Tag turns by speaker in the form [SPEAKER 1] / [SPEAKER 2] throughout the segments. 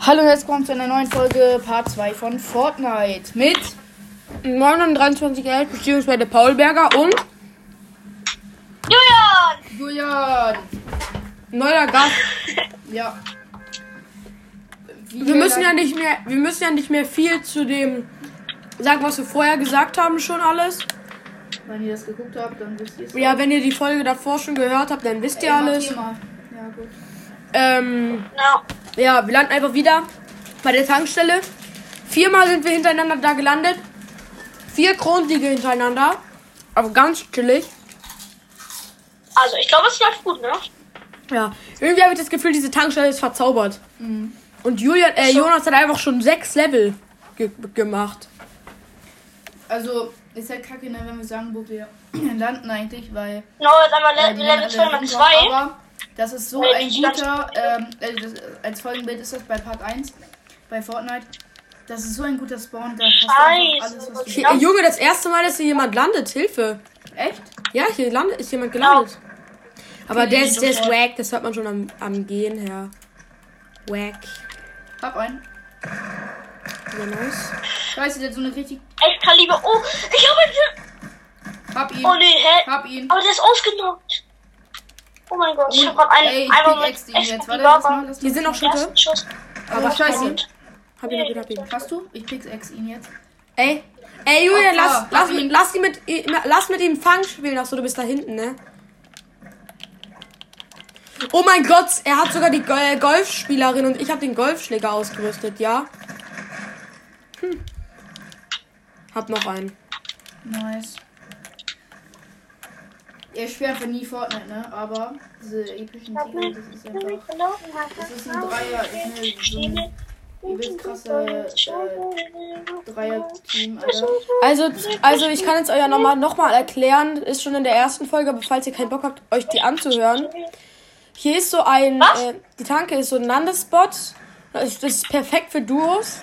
[SPEAKER 1] Hallo, herzlich willkommen zu einer neuen Folge Part 2 von Fortnite mit
[SPEAKER 2] 2911 beziehungsweise Paulberger und
[SPEAKER 3] Julian!
[SPEAKER 1] Julian.
[SPEAKER 2] neuer Gast.
[SPEAKER 1] Ja.
[SPEAKER 2] Wir müssen ja nicht mehr, wir müssen ja nicht mehr viel zu dem sagen, was wir vorher gesagt haben, schon alles.
[SPEAKER 1] Wenn ihr das geguckt habt, dann wisst ihr es.
[SPEAKER 2] Ja, wenn ihr die Folge davor schon gehört habt, dann wisst
[SPEAKER 1] Ey,
[SPEAKER 2] ihr
[SPEAKER 1] mach
[SPEAKER 2] alles.
[SPEAKER 1] ihr mal. Ja, gut.
[SPEAKER 2] Ähm,
[SPEAKER 3] No.
[SPEAKER 2] ja, wir landen einfach wieder bei der Tankstelle. Viermal sind wir hintereinander da gelandet. Vier Kronsiege hintereinander. Aber ganz chillig.
[SPEAKER 3] Also, ich glaube, es läuft gut, ne?
[SPEAKER 2] Ja, irgendwie habe ich das Gefühl, diese Tankstelle ist verzaubert. Und Julian, äh, Jonas hat einfach schon sechs Level ge gemacht.
[SPEAKER 1] Also, ist halt kacke, ne, wenn wir sagen, wo wir landen eigentlich, weil.
[SPEAKER 3] No, jetzt einmal
[SPEAKER 1] weil
[SPEAKER 3] Le
[SPEAKER 1] die
[SPEAKER 3] Level
[SPEAKER 1] alle
[SPEAKER 3] 202.
[SPEAKER 1] Aber das ist so
[SPEAKER 3] Nee,
[SPEAKER 1] ein
[SPEAKER 3] ich lass-
[SPEAKER 1] guter. Ähm, äh, das, als Folgenbild ist das bei Part 1 bei Fortnite. Das ist so ein guter Spawn. Da hast du einfach
[SPEAKER 3] Scheiße,
[SPEAKER 1] alles, was du
[SPEAKER 2] Hier,
[SPEAKER 3] Ja.
[SPEAKER 2] äh, Junge, das erste Mal, dass hier jemand landet. Hilfe.
[SPEAKER 1] Echt?
[SPEAKER 2] Ja, hier landet, ist jemand gelandet.
[SPEAKER 1] Genau.
[SPEAKER 2] Aber
[SPEAKER 1] Okay,
[SPEAKER 2] der ist, der ist
[SPEAKER 1] sofort.
[SPEAKER 2] wack. Das hört man schon am, am Gehen her. Wack.
[SPEAKER 1] Hab einen.
[SPEAKER 2] Ja, nice.
[SPEAKER 1] Scheiße, der hat so eine richtig.
[SPEAKER 3] Excalibur. Oh, ich habe ihn.
[SPEAKER 1] Hab ihn.
[SPEAKER 3] Oh, nee, hä?
[SPEAKER 1] Hab ihn.
[SPEAKER 3] Aber der ist ausgenockt. Oh mein Gott, ich habe gerade einen.
[SPEAKER 1] Ey, ich
[SPEAKER 3] einmal
[SPEAKER 1] pickaxe
[SPEAKER 3] mit
[SPEAKER 1] ihn jetzt. Warte,
[SPEAKER 3] Excalibur
[SPEAKER 1] lass mal, lass
[SPEAKER 2] Hier
[SPEAKER 1] mal.
[SPEAKER 2] sind noch
[SPEAKER 3] beim
[SPEAKER 2] Schritte.
[SPEAKER 3] ersten Schuss.
[SPEAKER 2] Aber
[SPEAKER 1] Oh, scheiße.
[SPEAKER 2] Moment. Hab ihn, hab ihn, hab ihn.
[SPEAKER 1] Hast du? Ich pickaxe ihn jetzt.
[SPEAKER 2] Ey. Ey, Julian,
[SPEAKER 1] Oh, klar.
[SPEAKER 2] lass,
[SPEAKER 1] Hab
[SPEAKER 2] lass,
[SPEAKER 1] ihn.
[SPEAKER 2] mit, lass, ihn mit, lass mit ihm Fang spielen. Achso, du bist da hinten, ne? Oh mein Gott, er hat sogar die Go- äh, Golfspielerin und ich habe den Golfschläger ausgerüstet, ja? Hm. Hab noch einen.
[SPEAKER 1] Nice. Ich spiele einfach nie Fortnite, ne? Aber diese epischen Siege, das ist einfach.
[SPEAKER 3] genau.
[SPEAKER 1] Das ist ein Dreier, ist eine, so ein übelst krasse
[SPEAKER 3] genau.
[SPEAKER 1] äh, Dreier-Team, Alter.
[SPEAKER 2] Also, also ich kann jetzt euch ja nochmal noch mal erklären, ist schon in der ersten Folge, aber falls ihr keinen Bock habt, euch die anzuhören. Hier ist so ein,
[SPEAKER 3] Was?
[SPEAKER 2] äh, die Tanke ist so ein Landespot. Das ist, das ist perfekt für Duos.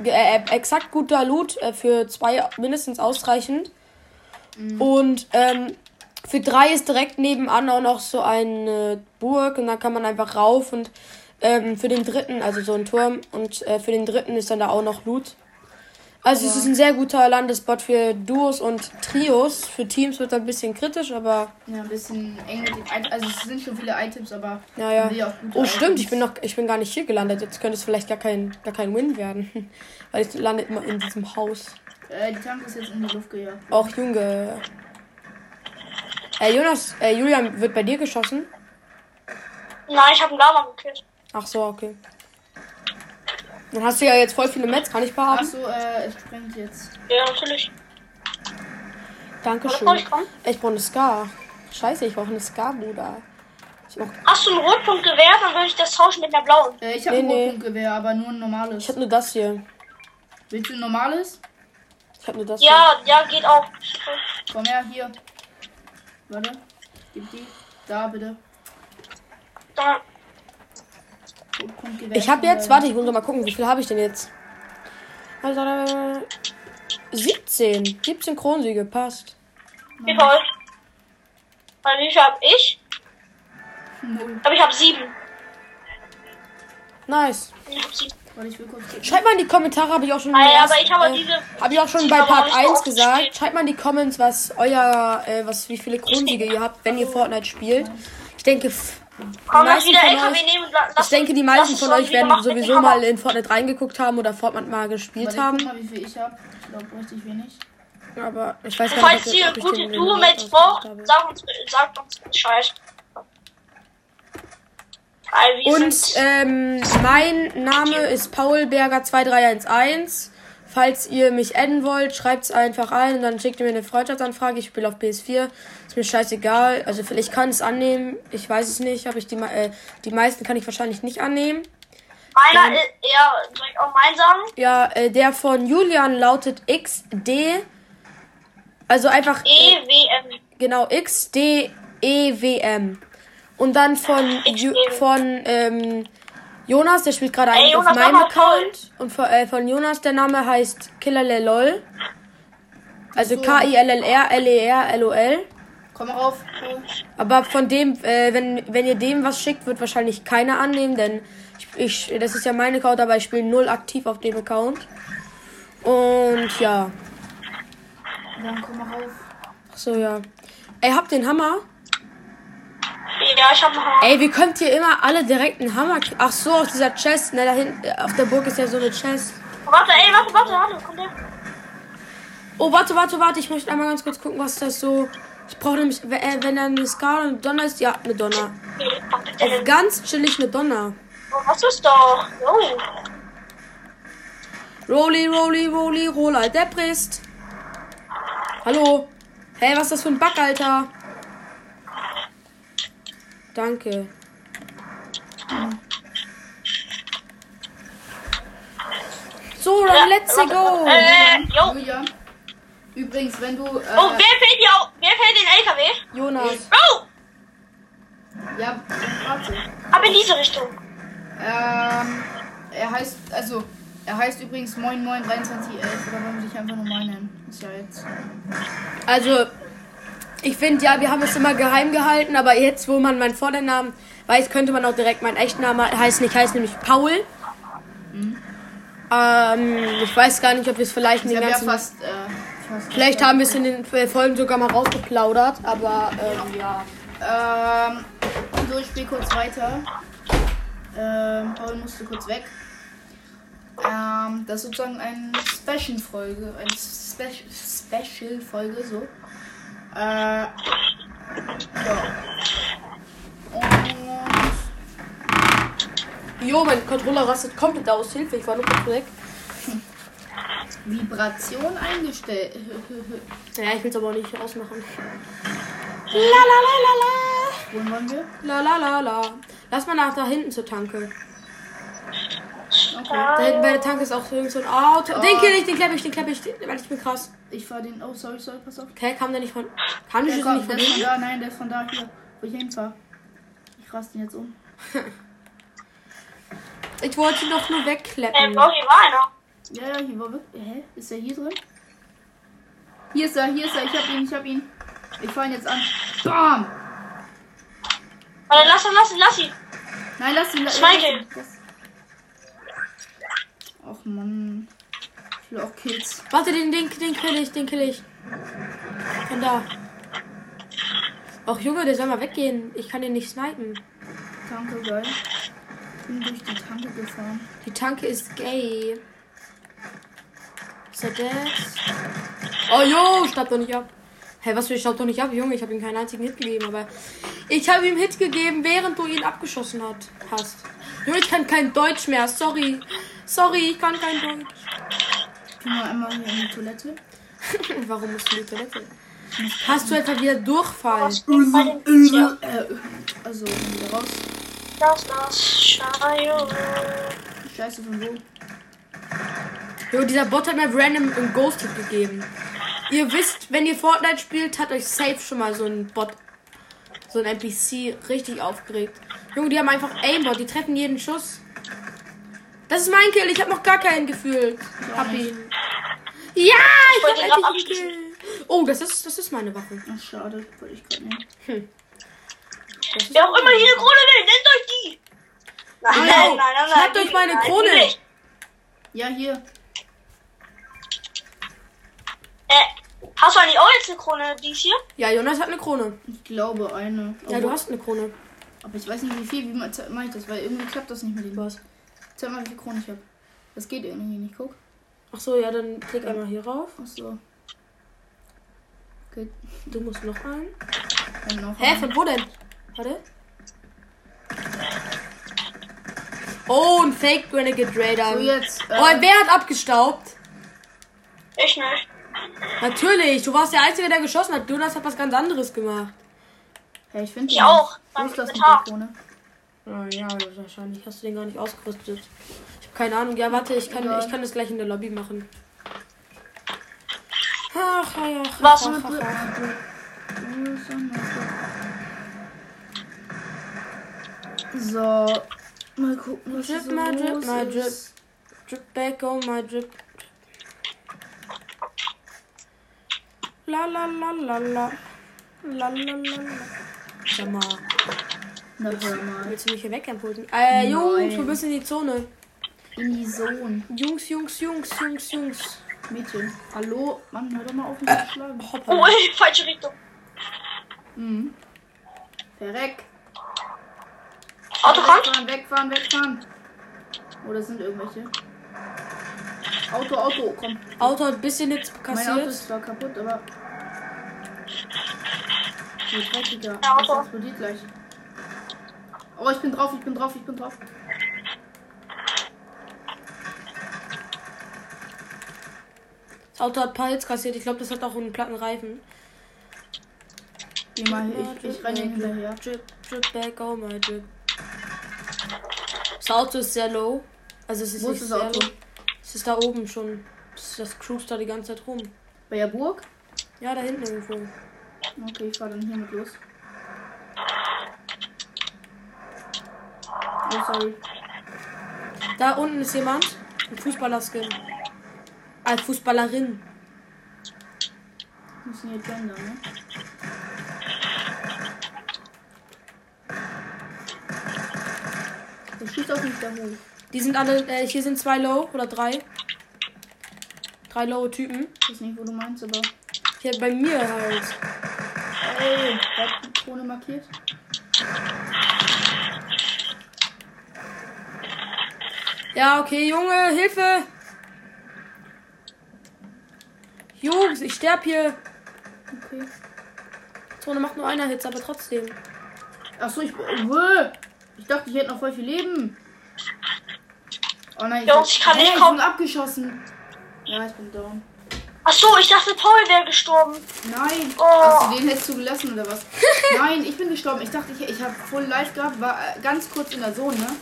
[SPEAKER 2] Ge- Äh, exakt guter Loot, äh, für zwei mindestens ausreichend. Und ähm, für drei ist direkt nebenan auch noch so eine Burg und da kann man einfach rauf und ähm, für den dritten, also so ein Turm und äh, für den dritten ist dann da auch noch Loot. Also es ist ein sehr guter Landespot für Duos und Trios. Für Teams wird da ein bisschen kritisch, aber
[SPEAKER 1] Ja, ein bisschen eng mit den Items. Also, es sind schon viele Items, aber.
[SPEAKER 2] naja.
[SPEAKER 1] man will ja auch gute
[SPEAKER 2] Oh stimmt,
[SPEAKER 1] Items.
[SPEAKER 2] ich bin noch, ich bin gar nicht hier gelandet. Jetzt könnte es vielleicht gar kein, gar kein Win werden, weil ich lande immer in diesem Haus.
[SPEAKER 1] Äh, die Tank ist jetzt in die Luft gejagt.
[SPEAKER 2] Auch Junge. Äh, Jonas, äh, Julian wird bei dir geschossen.
[SPEAKER 3] Nein, ich habe einen Lama gekillt.
[SPEAKER 2] Ach so, okay. Dann hast du ja jetzt voll viele Mets, kann ich behaben.
[SPEAKER 1] Achso, äh, es sprengt jetzt.
[SPEAKER 3] Ja, natürlich. Warte,
[SPEAKER 2] Dankeschön.
[SPEAKER 3] ich komm.
[SPEAKER 2] Ich brauche eine Scar. Scheiße, ich brauche eine Scar, Bruder. Ich hab, noch,
[SPEAKER 3] Hast du einen Rotpunkt gewährt, dann würde ich das tauschen mit einer blauen.
[SPEAKER 1] Äh, ich habe
[SPEAKER 2] Nee,
[SPEAKER 1] ein
[SPEAKER 2] nee.
[SPEAKER 1] Rotpunktgewehr, aber nur ein
[SPEAKER 2] ich
[SPEAKER 1] normales.
[SPEAKER 2] hab nur das hier.
[SPEAKER 1] Willst du ein normales?
[SPEAKER 2] Ich hab nur das hier.
[SPEAKER 3] Ja, ja, geht auch.
[SPEAKER 1] Komm her, hier. Warte. Gib die. Da, bitte.
[SPEAKER 3] Da.
[SPEAKER 1] Rotpunktgewehr.
[SPEAKER 2] Ich hab jetzt, warte, ich muss noch mal gucken, wie viel habe ich denn jetzt? Also, äh, 17. 17 Kronsiege, passt.
[SPEAKER 3] Wie voll? Weil wie viel hab ich?
[SPEAKER 1] Null.
[SPEAKER 3] Aber ich hab sieben.
[SPEAKER 2] Nice.
[SPEAKER 3] Ich hab sieben.
[SPEAKER 1] Warte, ich will kurz gucken.
[SPEAKER 2] Schreibt mal in die Kommentare, habe ich auch schon. in
[SPEAKER 3] Ah,
[SPEAKER 2] der
[SPEAKER 3] ja, aber
[SPEAKER 2] ersten,
[SPEAKER 3] ich habe
[SPEAKER 2] äh,
[SPEAKER 3] diese-
[SPEAKER 2] Habe ich auch schon
[SPEAKER 3] die
[SPEAKER 2] bei
[SPEAKER 3] habe
[SPEAKER 2] Part
[SPEAKER 3] ich auch
[SPEAKER 2] 1 gesagt.
[SPEAKER 3] gespielt.
[SPEAKER 2] Schreibt mal in die Comments, was euer, äh, was wie viele Kronsiege ihr habt, wenn ihr Fortnite spielt. Ich denke, f-
[SPEAKER 3] Komm,
[SPEAKER 2] die
[SPEAKER 3] lass wieder
[SPEAKER 2] meisten
[SPEAKER 3] LKW
[SPEAKER 2] von euch,
[SPEAKER 3] nehmen und la- lass
[SPEAKER 2] ich denke, die
[SPEAKER 3] lass
[SPEAKER 2] meisten
[SPEAKER 3] uns
[SPEAKER 2] von
[SPEAKER 3] mal
[SPEAKER 2] euch
[SPEAKER 3] wieder
[SPEAKER 2] werden
[SPEAKER 3] machen mit dem
[SPEAKER 2] sowieso
[SPEAKER 3] Hammer.
[SPEAKER 2] mal in Fortnite reingeguckt haben oder Fortnite mal gespielt
[SPEAKER 1] Warte, ich
[SPEAKER 2] haben.
[SPEAKER 1] guck mal, wie viel ich hab. Ich glaube, richtig wenig.
[SPEAKER 2] Aber ich weiß gar
[SPEAKER 3] Also Falls
[SPEAKER 2] nicht, ob, ich- ob
[SPEAKER 3] ihr
[SPEAKER 2] ich
[SPEAKER 3] gute
[SPEAKER 2] den
[SPEAKER 3] Duo-Mates
[SPEAKER 2] Rest
[SPEAKER 3] braucht,
[SPEAKER 2] habe.
[SPEAKER 3] sag uns, sagt uns Bescheid. Weil wir
[SPEAKER 2] Und
[SPEAKER 3] sind-
[SPEAKER 2] ähm, mein Name ist Paulberger2311. Falls ihr mich adden wollt, schreibt es einfach ein und dann schickt ihr mir eine Freundschaftsanfrage. Ich spiele auf PS4. Ist mir scheißegal. Also ich kann es annehmen. Ich weiß es nicht. Hab ich die, mei- äh, die meisten kann ich wahrscheinlich nicht annehmen. ähm,
[SPEAKER 3] meiner, ist- ja, soll ich auch meinen sagen?
[SPEAKER 2] Ja, äh, der von Julian lautet XD. Also einfach äh,
[SPEAKER 3] E, EWM.
[SPEAKER 2] genau XDEWM. Und dann von, Ju von ähm, Jonas, der spielt gerade eigentlich auf
[SPEAKER 3] Jonas,
[SPEAKER 2] meinem
[SPEAKER 3] mach mal
[SPEAKER 2] Account. Und von, äh, von Jonas, der Name heißt KillerLelol. Also
[SPEAKER 1] So.
[SPEAKER 2] E K-I-L-L-R-L-E-R-L-O-L.
[SPEAKER 1] Komm mal rauf. Paul.
[SPEAKER 2] Aber von dem, äh, wenn, wenn ihr dem was schickt, wird wahrscheinlich keiner annehmen, denn Ich, ich, das ist ja mein Account, aber ich spiele null aktiv auf dem Account. Und ja.
[SPEAKER 1] Dann komm mal rauf.
[SPEAKER 2] Ach so, ja. Ey, habt den Hammer?
[SPEAKER 3] Ja, ich hab einen Hammer.
[SPEAKER 2] Ey, wie könnt ihr immer alle direkt einen Hammer krie- Ach so, auf dieser Chest. Ne, da hinten, auf der Burg ist ja so eine Chest.
[SPEAKER 3] Warte, ey, warte, warte, warte, komm her.
[SPEAKER 2] Oh, warte, warte, warte. Ich möchte einmal ganz kurz gucken, was das so... Ich brauche nämlich, w- äh, wenn da eine Skala und eine Donner ist, ja, eine Donner.
[SPEAKER 3] Nee, warte,
[SPEAKER 2] Auf
[SPEAKER 3] ey.
[SPEAKER 2] ganz chillig eine Donner.
[SPEAKER 3] Oh, Was ist doch? Jo.
[SPEAKER 2] Rolli, Rolli, Rolli, Roller, der Prist. Hallo. Hey, was ist das für ein Bug, Alter? Danke. So, dann let's go.
[SPEAKER 3] Äh, jo.
[SPEAKER 1] Julia. Übrigens, wenn du. Äh,
[SPEAKER 3] Oh, wer fällt hier auf? Wer fällt den LKW?
[SPEAKER 2] Jonas.
[SPEAKER 3] Oh,
[SPEAKER 1] ja, warte.
[SPEAKER 3] aber in diese Richtung.
[SPEAKER 1] Ähm, er heißt, also, er heißt übrigens Moin Moin 2311 oder wollen wir dich einfach normal nennen? Ist ja jetzt.
[SPEAKER 2] Also, ich finde ja, wir haben es immer geheim gehalten, aber jetzt, wo man meinen Vordernamen weiß, könnte man auch direkt meinen echten Namen heißen. Ich heiße nämlich Paul. Ähm, ich weiß gar nicht, ob wir es vielleicht in
[SPEAKER 1] Ich
[SPEAKER 2] den
[SPEAKER 1] hab ja
[SPEAKER 2] ganzen
[SPEAKER 1] fast, äh, fast.
[SPEAKER 2] Vielleicht haben wir es in den äh, Folgen sogar mal rausgeplaudert, aber ähm, ja.
[SPEAKER 1] Ähm, so, ich spiel kurz weiter. Ähm, Paul musste kurz weg. Ähm, das ist sozusagen eine Special-Folge. Eine Spe Special-Folge, so. Äh, ja. Und.
[SPEAKER 2] Jo, mein Controller rastet komplett aus. Hilfe, ich war nur kurz weg.
[SPEAKER 1] Vibration eingestellt.
[SPEAKER 2] Naja, ich will es aber auch nicht ausmachen. La la
[SPEAKER 1] Wohin wollen wir?
[SPEAKER 2] la la la. La la la la. Lass mal nach da hinten zur Tanke.
[SPEAKER 1] Okay.
[SPEAKER 2] Da hinten bei der Tanke ist auch irgend so ein Auto. Den
[SPEAKER 1] Oh.
[SPEAKER 2] kill ich, den klepp ich, den klepp ich. Den, weil ich bin krass.
[SPEAKER 1] Ich fahr den. Oh, sorry, sorry, pass auf.
[SPEAKER 2] Okay, kam der nicht von. Kam der
[SPEAKER 1] Der,
[SPEAKER 2] Schüssel
[SPEAKER 1] kommt,
[SPEAKER 2] nicht
[SPEAKER 1] der
[SPEAKER 2] von
[SPEAKER 1] ist von
[SPEAKER 2] hinten?
[SPEAKER 1] da, nein, der ist von da hier, wo ich hinfahre. Ich raste ihn jetzt um.
[SPEAKER 2] Ich wollte ihn doch nur
[SPEAKER 3] Äh,
[SPEAKER 2] wegkleppen.
[SPEAKER 3] oh, hier war einer.
[SPEAKER 1] Ja, ja, hier war wirklich. Hä? Ist er hier drin? Hier ist er, hier ist er. Ich hab ihn, ich hab ihn. Ich fahr ihn jetzt an. Bam!
[SPEAKER 3] Warte, lass ihn, lass ihn, lass ihn.
[SPEAKER 1] Nein, lass ihn. la-
[SPEAKER 3] Zwei
[SPEAKER 1] lass ihn.
[SPEAKER 3] Kills.
[SPEAKER 1] Lass- Och Mann. Ich will auch Kills.
[SPEAKER 2] Warte, den, den, den kill ich, den kill ich. Von da. Ach Junge, der soll mal weggehen. Ich kann den nicht snipen.
[SPEAKER 1] Tanke, geil. Bin durch die Tanke gefahren.
[SPEAKER 2] Die Tanke ist gay. Ist er das? Oh jo, staub doch nicht ab. Hä, was für ein staub doch nicht ab, Junge? Ich habe ihm keinen einzigen Hit gegeben, aber ich habe ihm Hit gegeben, während du ihn abgeschossen hat, hast. Junge, ich kann kein Deutsch mehr. Sorry. Sorry, ich kann kein Deutsch.
[SPEAKER 1] Ich bin mal einmal hier in die Toilette.
[SPEAKER 2] Warum musst du in die Toilette? Hast du etwa wieder Durchfall?
[SPEAKER 3] Was geht bei den- Ja.
[SPEAKER 1] Äh, also, wieder raus.
[SPEAKER 3] Lass, lass, schreie.
[SPEAKER 1] Scheiße, von wo?
[SPEAKER 2] Jo, dieser Bot hat mir random einen Ghost Hit gegeben. Ihr wisst, wenn ihr Fortnite spielt, hat euch safe schon mal so ein Bot, so ein NPC richtig aufgeregt. Junge, die haben einfach Aimbot, die treffen jeden Schuss. Das ist mein Kill, ich hab noch gar keinen gefühlt. Hab ihn. Ja, ich
[SPEAKER 3] wollte
[SPEAKER 2] hab
[SPEAKER 3] grad
[SPEAKER 2] endlich einen Kill. Oh, das ist, das ist meine Waffe.
[SPEAKER 1] Ach, schade. Wollte ich gerade nehmen.
[SPEAKER 3] Wer auch immer hier eine Krone will, nennt euch die. Nein,
[SPEAKER 2] Genau. Schnappt euch meine Krone.
[SPEAKER 3] die nicht.
[SPEAKER 1] Ja, hier.
[SPEAKER 3] Äh, hast du eigentlich auch jetzt eine Krone, die ist hier?
[SPEAKER 2] Ja, Jonas hat eine Krone.
[SPEAKER 1] Ich glaube eine.
[SPEAKER 2] Ja, du hast eine Krone.
[SPEAKER 1] Aber ich weiß nicht, wie viel, wie ma- ze- mach ich das, weil irgendwie klappt das nicht mit dem
[SPEAKER 2] Du
[SPEAKER 1] Boss.
[SPEAKER 2] hast.
[SPEAKER 1] Zeig mal, wie viel Kronen ich habe. Das geht irgendwie nicht, guck.
[SPEAKER 2] Ach so, ja, dann klick einmal hier rauf.
[SPEAKER 1] Ach so. Geht.
[SPEAKER 2] Du musst noch einen.
[SPEAKER 1] Dann noch.
[SPEAKER 2] Hä,
[SPEAKER 1] ein.
[SPEAKER 2] von wo denn? Warte. Oh, ein Fake Renegade Raider.
[SPEAKER 1] So, jetzt, äh,
[SPEAKER 2] oh, wer hat abgestaubt?
[SPEAKER 3] Ich nicht.
[SPEAKER 2] Natürlich, du warst der Einzige, der geschossen hat. Jonas hat was ganz anderes gemacht.
[SPEAKER 1] Hä, ich finde
[SPEAKER 3] Ich auch.
[SPEAKER 1] Wo
[SPEAKER 3] Beim
[SPEAKER 1] ist das mit der
[SPEAKER 3] Inventar.
[SPEAKER 1] Krone?
[SPEAKER 2] Oh, ja, wahrscheinlich hast du den gar nicht ausgerüstet. Ich habe keine Ahnung. Ja, warte, ich kann,
[SPEAKER 1] Egal.
[SPEAKER 2] ich kann das gleich in der Lobby machen. Ach, ja, ja.
[SPEAKER 3] Was?
[SPEAKER 1] Wo ist das mit der- So. Mal gucken, was hier
[SPEAKER 2] Drip,
[SPEAKER 1] so
[SPEAKER 2] mal drip,
[SPEAKER 1] los
[SPEAKER 2] mal drip.
[SPEAKER 1] ist.
[SPEAKER 2] Drip back, oh my drip. La la la la la. La la la la. Sag mal.
[SPEAKER 1] Na, hör mal.
[SPEAKER 2] Willst du mich hier wegempulsen? Äh, Jungs,
[SPEAKER 1] Nein.
[SPEAKER 2] wir müssen in die Zone.
[SPEAKER 1] In die Zone.
[SPEAKER 2] Jungs, Jungs, Jungs, Jungs, Jungs.
[SPEAKER 1] Mädchen. Hallo? Mann, hör doch mal auf, mich zu schlagen.
[SPEAKER 3] Oh,
[SPEAKER 2] Hoppala.
[SPEAKER 3] ey, falsche Richtung.
[SPEAKER 1] Mhm. Verreck.
[SPEAKER 3] Auto kommt.
[SPEAKER 1] Wegfahren, wegfahren, wegfahren. Oder sind irgendwelche? Auto, Auto, komm.
[SPEAKER 2] Auto hat ein bisschen jetzt
[SPEAKER 1] Mein Auto
[SPEAKER 2] kassiert.
[SPEAKER 1] ist zwar kaputt, aber. Wie dreckig da.
[SPEAKER 3] Ja,
[SPEAKER 1] Das
[SPEAKER 3] Auto.
[SPEAKER 1] explodiert gleich. Oh, ich bin drauf, ich bin drauf, ich bin drauf.
[SPEAKER 2] Das Auto hat ein paar Hits kassiert. Ich glaube, das hat auch einen platten Reifen.
[SPEAKER 1] Geh mal hier, ich, ich renne hinterher.
[SPEAKER 2] Drip, drip back, oh my drip. Das Auto ist sehr low. Also es ist
[SPEAKER 1] Wo
[SPEAKER 2] nicht
[SPEAKER 1] ist das
[SPEAKER 2] sehr
[SPEAKER 1] Auto?
[SPEAKER 2] low. Es ist da oben schon. Das, das cruist da die ganze Zeit rum.
[SPEAKER 1] Bei der Burg?
[SPEAKER 2] Ja, da hinten irgendwo.
[SPEAKER 1] Okay, ich fahr dann hiermit los. Oh, sorry.
[SPEAKER 2] Da unten ist jemand. Ein Fußballerskin. Ah, Fußballerin.
[SPEAKER 1] Müssen hier gendern, ne? Der schießt auch nicht da hoch.
[SPEAKER 2] Die sind alle, äh, hier sind zwei Low oder drei. Drei Low-Typen.
[SPEAKER 1] Ich weiß nicht, wo du meinst, aber.
[SPEAKER 2] Hier bei mir halt.
[SPEAKER 1] Ey, wer hat die Krone markiert?
[SPEAKER 2] Ja, okay, Junge, Hilfe! Jungs, ich sterb hier.
[SPEAKER 1] Okay.
[SPEAKER 2] Zone macht nur einer Hits, aber trotzdem.
[SPEAKER 1] Achso, ich. Wö! Ich dachte, ich hätte noch voll viel Leben. Oh nein,
[SPEAKER 3] Jungs, ich kann
[SPEAKER 1] Hä,
[SPEAKER 3] nicht
[SPEAKER 1] ich
[SPEAKER 3] kommen.
[SPEAKER 1] bin abgeschossen. Ja, ich bin down.
[SPEAKER 3] Ach so, ich dachte, Paul wäre gestorben.
[SPEAKER 1] Nein!
[SPEAKER 3] Oh.
[SPEAKER 1] Hast du den jetzt zugelassen oder was? Nein, ich bin gestorben. Ich dachte, ich, ich habe voll live gehabt, war äh, ganz kurz in der Zone, ne?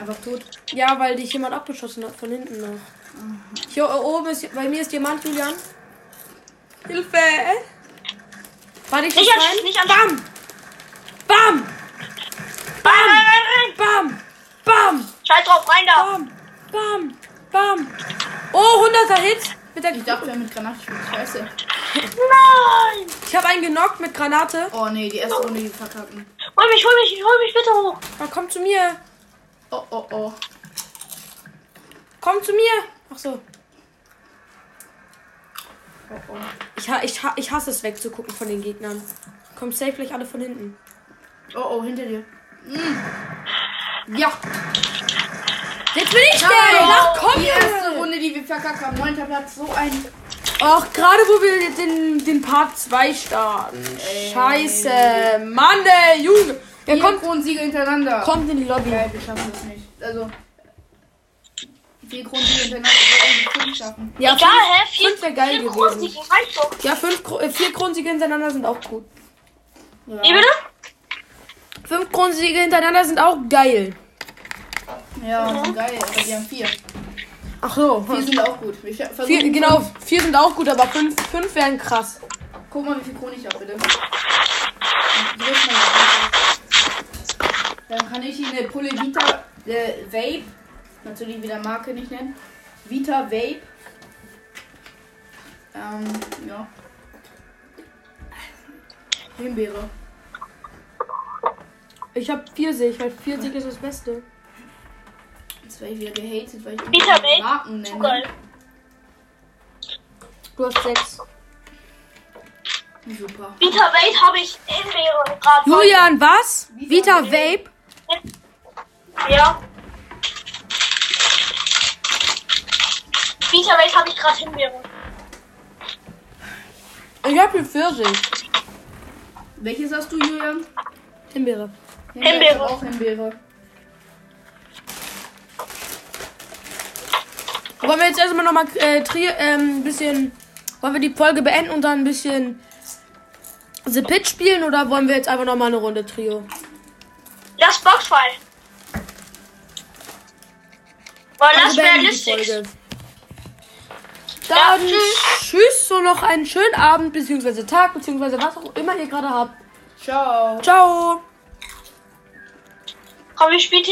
[SPEAKER 1] Einfach tot.
[SPEAKER 2] Ja, weil dich jemand abgeschossen hat von hinten noch. Hier äh, oben ist, bei mir ist jemand, Julian. Hilfe! Warte, ich
[SPEAKER 3] Nicht
[SPEAKER 2] schieß
[SPEAKER 3] anschießen,
[SPEAKER 2] rein.
[SPEAKER 3] nicht anschießen.
[SPEAKER 2] Bam! Bam!
[SPEAKER 3] Bam! Rein, rein, rein.
[SPEAKER 2] Bam! Bam!
[SPEAKER 3] Scheiß drauf, rein da.
[SPEAKER 2] Bam! Bam! Bam! Oh, 100er Hit! Mit der
[SPEAKER 1] Ich dachte, wir haben mit Granaten gespielt. Scheiße.
[SPEAKER 3] Nein!
[SPEAKER 2] ich habe einen genockt mit Granate.
[SPEAKER 1] Oh nee, die erste Runde, die verkacken.
[SPEAKER 3] Hol mich, hol mich, hol mich bitte hoch.
[SPEAKER 2] Na, komm zu mir!
[SPEAKER 1] Oh, oh, oh.
[SPEAKER 2] Komm zu mir! Ach so.
[SPEAKER 1] Oh, oh.
[SPEAKER 2] Ich, ha- ich, ha- ich hasse es wegzugucken von den Gegnern. Kommt safe gleich alle von hinten.
[SPEAKER 1] Oh, oh, hinter dir. Mm. Ja.
[SPEAKER 2] Jetzt bin ich der! Ach komm!
[SPEAKER 1] Die
[SPEAKER 2] Junge!
[SPEAKER 1] erste Runde, die wir verkackt haben. Neunter Platz. So ein...
[SPEAKER 2] Ach, gerade wo wir jetzt den, den Part 2 starten. Scheiße. Mann, der Junge. Ja,
[SPEAKER 1] Vier
[SPEAKER 2] kommt,
[SPEAKER 1] Kronensieger hintereinander.
[SPEAKER 2] kommt in die Lobby.
[SPEAKER 1] Geil, wir schaffen das nicht. Also... Vier Kronensieger hintereinander. Wir werden fünf schaffen.
[SPEAKER 2] Ja,
[SPEAKER 3] Egal,
[SPEAKER 2] fünf,
[SPEAKER 3] hä? Vier,
[SPEAKER 2] fünf wäre geil
[SPEAKER 3] vier
[SPEAKER 2] gewesen.
[SPEAKER 3] Großen, reicht doch.
[SPEAKER 2] Ja, fünf, Kro- äh, vier Kronensiege hintereinander sind auch gut.
[SPEAKER 1] Ja.
[SPEAKER 3] Wie bitte?
[SPEAKER 2] Fünf Kronensiege hintereinander sind auch geil.
[SPEAKER 1] Ja, geil. Aber wir haben vier.
[SPEAKER 2] Ach so.
[SPEAKER 1] Vier
[SPEAKER 2] hm.
[SPEAKER 1] sind auch gut. Wir scha- versuchen...
[SPEAKER 2] Vier, genau, vier sind auch gut, aber fünf, fünf wären krass.
[SPEAKER 1] Guck mal, wie viel Kronen ich habe, bitte. Drück mal auf jeden Fall. Dann kann ich hier eine Pulle Vita äh, Vape, natürlich wieder Marke nicht nennen. Vita Vape. Ähm, ja. Himbeere.
[SPEAKER 2] Ich hab 40, weil 40 ist das Beste.
[SPEAKER 1] Jetzt werde ich wieder gehatet, weil ich die
[SPEAKER 3] Vita Vape?
[SPEAKER 1] Marken
[SPEAKER 3] Zu
[SPEAKER 1] nenne.
[SPEAKER 3] geil.
[SPEAKER 2] Du hast sechs.
[SPEAKER 1] Super.
[SPEAKER 3] Vita Welt habe ich Himbeere gerade.
[SPEAKER 2] Julian, was?
[SPEAKER 1] Vita
[SPEAKER 2] Vita Vape?
[SPEAKER 3] Ja. Vita Welt habe ich gerade Himbeere.
[SPEAKER 2] Ich hab hier 40.
[SPEAKER 1] Welches hast du, Julian?
[SPEAKER 2] Himbeere.
[SPEAKER 1] Ich
[SPEAKER 3] Himbeere.
[SPEAKER 1] hab Auch Himbeere.
[SPEAKER 2] Wollen wir jetzt erstmal nochmal äh, Tri- ähm, ein bisschen. Wollen wir die Folge beenden und dann ein bisschen The Pitch spielen oder wollen wir jetzt einfach nochmal eine Runde Trio?
[SPEAKER 3] Lass Boxfall. Weil das
[SPEAKER 2] Also beenden die
[SPEAKER 3] realistisch.
[SPEAKER 2] Folge. Dann
[SPEAKER 3] Ja, tschüss.
[SPEAKER 2] tschüss und noch einen schönen Abend, beziehungsweise Tag, beziehungsweise was auch immer ihr gerade habt.
[SPEAKER 1] Ciao.
[SPEAKER 2] Ciao!
[SPEAKER 3] Komm, wir spielen